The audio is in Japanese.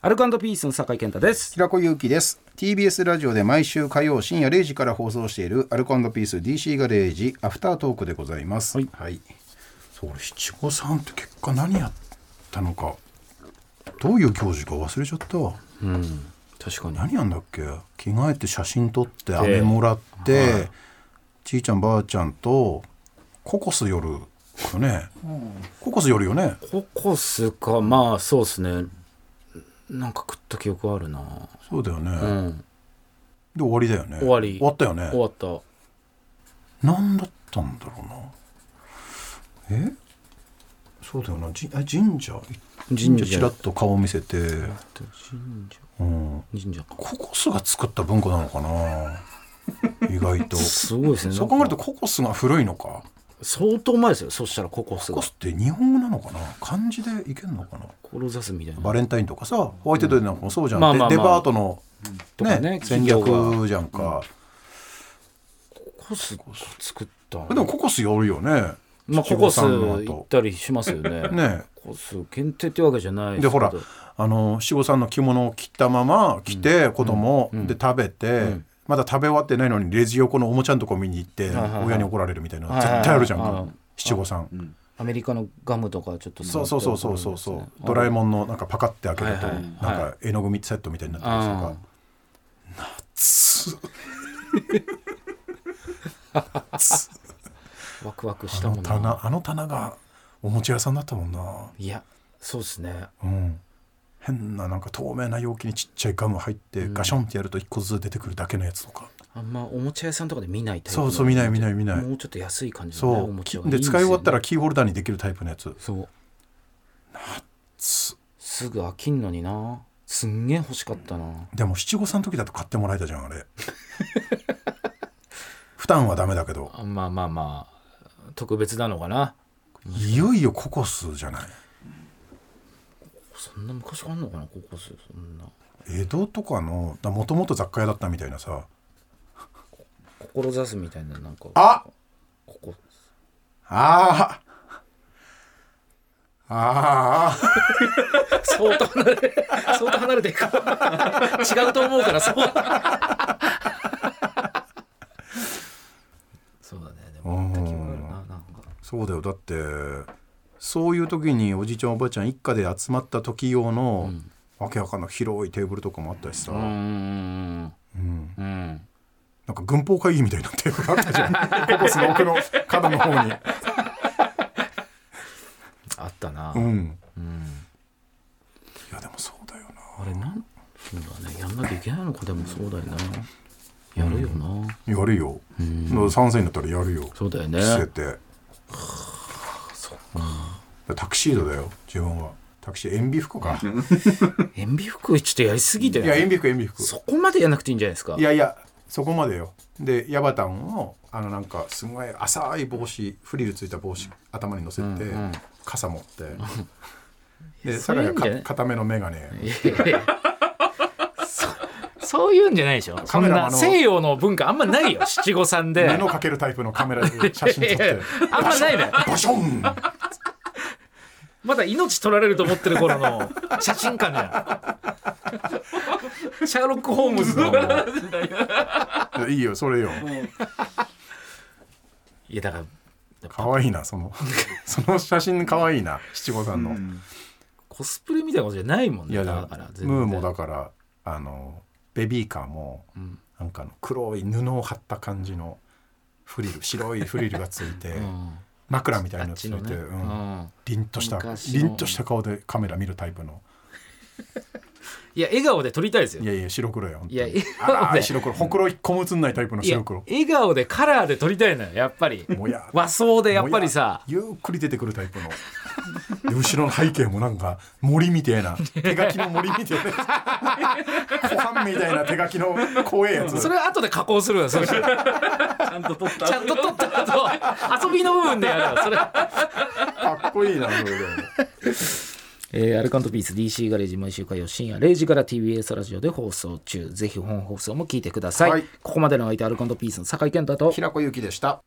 アルコピースの酒井健太です平子祐希です TBS ラジオで毎週火曜深夜0時から放送しているアルコピース DC ガレージアフタートークでございますはい、そう俺七五三って結果何やったのかどういう行事か忘れちゃったわ確かに何やんだっけ着替えて写真撮って飴もらって、ちいちゃんばあちゃんとココス夜よね、ココス夜よねココスかまあそうですねなんか食った記憶あるなそうだよね、うんで終わりだよね終わり終わったよね終わった何だったんだろうなえそうだよなじあ神社神社ちらっと顔見せて、神社うん、神社かココスが作った文化なのかな 意外とそすごいですねう考えるなんとかココスが古いのか相当前ですよそしたらココスコがコスって日本語なのかな漢字でいけるのかな志すみたいなバレンタインとかさホワイトデーなんかもそうじゃん、まあでまあまあデパートの、とねかね戦略じゃんか、ココス作ったでもココスやるよねまあココス七五三の行後ったりしますよねねココス限定ってわけじゃないでほらけどあの七五三の着物を着たまま着て、子供、で食べて、んまだ食べ終わってないのにレジ横のおもちゃのとこ見に行って、いはいはい親に怒られるみたいな、はいはいはい絶対あるじゃんあか、の七五三、アメリカのガムとかちょっともらそうってそうそうそうそうそう、怒られるやつねドラえもんのなんかパカって開けると、はいはいはいなんか絵の具みセットみたいになってるとあか つあワクワクしあたものんな棚あの棚がおもちゃ屋さんだったもんないやそうですねうん変ななんか透明な容器にちっちゃいガム入って、ガションってやると一個ずつ出てくるだけのやつとかあんまおもちゃ屋さんとかで見ないタイプそうそう見ない見いない見ないもうちょっと安い感じのねそおもちゃうはで使い終わったららキーホルダーにできるタイプのやつそうつすぐ飽きんのになすんげえ欲しかったなでも七五三の時だと買ってもらえたじゃんあれ 普段はダメだけどあまあまあまあ特別なのかないよいよココスじゃないそんな昔からあんのかな高校生そんな江戸とかのもともと雑貨屋だったみたいなさ志すみたいななんかあここあーあー相当離れ 相当離れていく違うと思うからそうそうだねでもう行っんた記憶あるななんかそうだよだってそういう時におじいちゃんおばあちゃん一家で集まった時用の、わけわかんない広いテーブルとかもあったしさ、うんうんうんうんうんなんか軍法会議みたいなテーブルあった じゃんココスの奥の角の方にあったな、うんうんいやでもそうだよなあれなんそうだねやんなきゃいけないのかでもそうだよなやるよな、やるよ、うんだから3歳になったらやるよそうだよね着せてうんタクシードだよ自分はタクシー塩ビ 服か塩ビ服ちょっとやりすぎだいやよ塩ビ服塩ビ服そこまでやんなくていいんじゃないですかいやいやそこまでよでヤバタンをあのなんかすごい浅い帽子フリルついた帽子頭に乗せうて、んうん傘持ってでそうい酒うんじゃな井いが固めの眼鏡いやいや そそういうんじゃないでしょそカんメラマなンの西洋の文化あんまないよ七五三で布かけるタイプのカメラで写真撮っいや いてやあんまないねバションまだ命取られると思ってる頃の写真館じ ゃんシャーロック・ホームズのいやいいよそれよいやだから可愛いなそのその写真可愛いな七五三の、コスプレみたいなことじゃないもんいねやだだから全然ムーもだからあのベビーカーも、んなんかあの黒い布を張った感じのフリル白いフリルがついて、 うん枕みたいなあっのつちいのて、ね、ううん、ん凛とした昔の凛とした顔でカメラ見るタイプのいや笑顔で撮りたいですよいやいや白黒よ本当にいやあ笑ら顔で白黒ほくろ一個も映んないタイプのいや白黒笑顔でカラーで撮りたいのよやっぱ りもや和装でやっぱりさもやゆっくり出てくるタイプので後ろの背景もなんか森みたいな手書きの森みたいな 湖畔みたいな手書きの怖えやつそれは後で加工するわそれちゃんと撮ったちゃんと撮った後遊びの部分でやるわそれかっこいいなそれで えーアルカントピース DC ガレージ毎週火曜深夜0時から TBS ラジオで放送中ぜひ本放送も聞いてください、はいここまでの相手アルカントピースの酒井健太と平子ゆきでした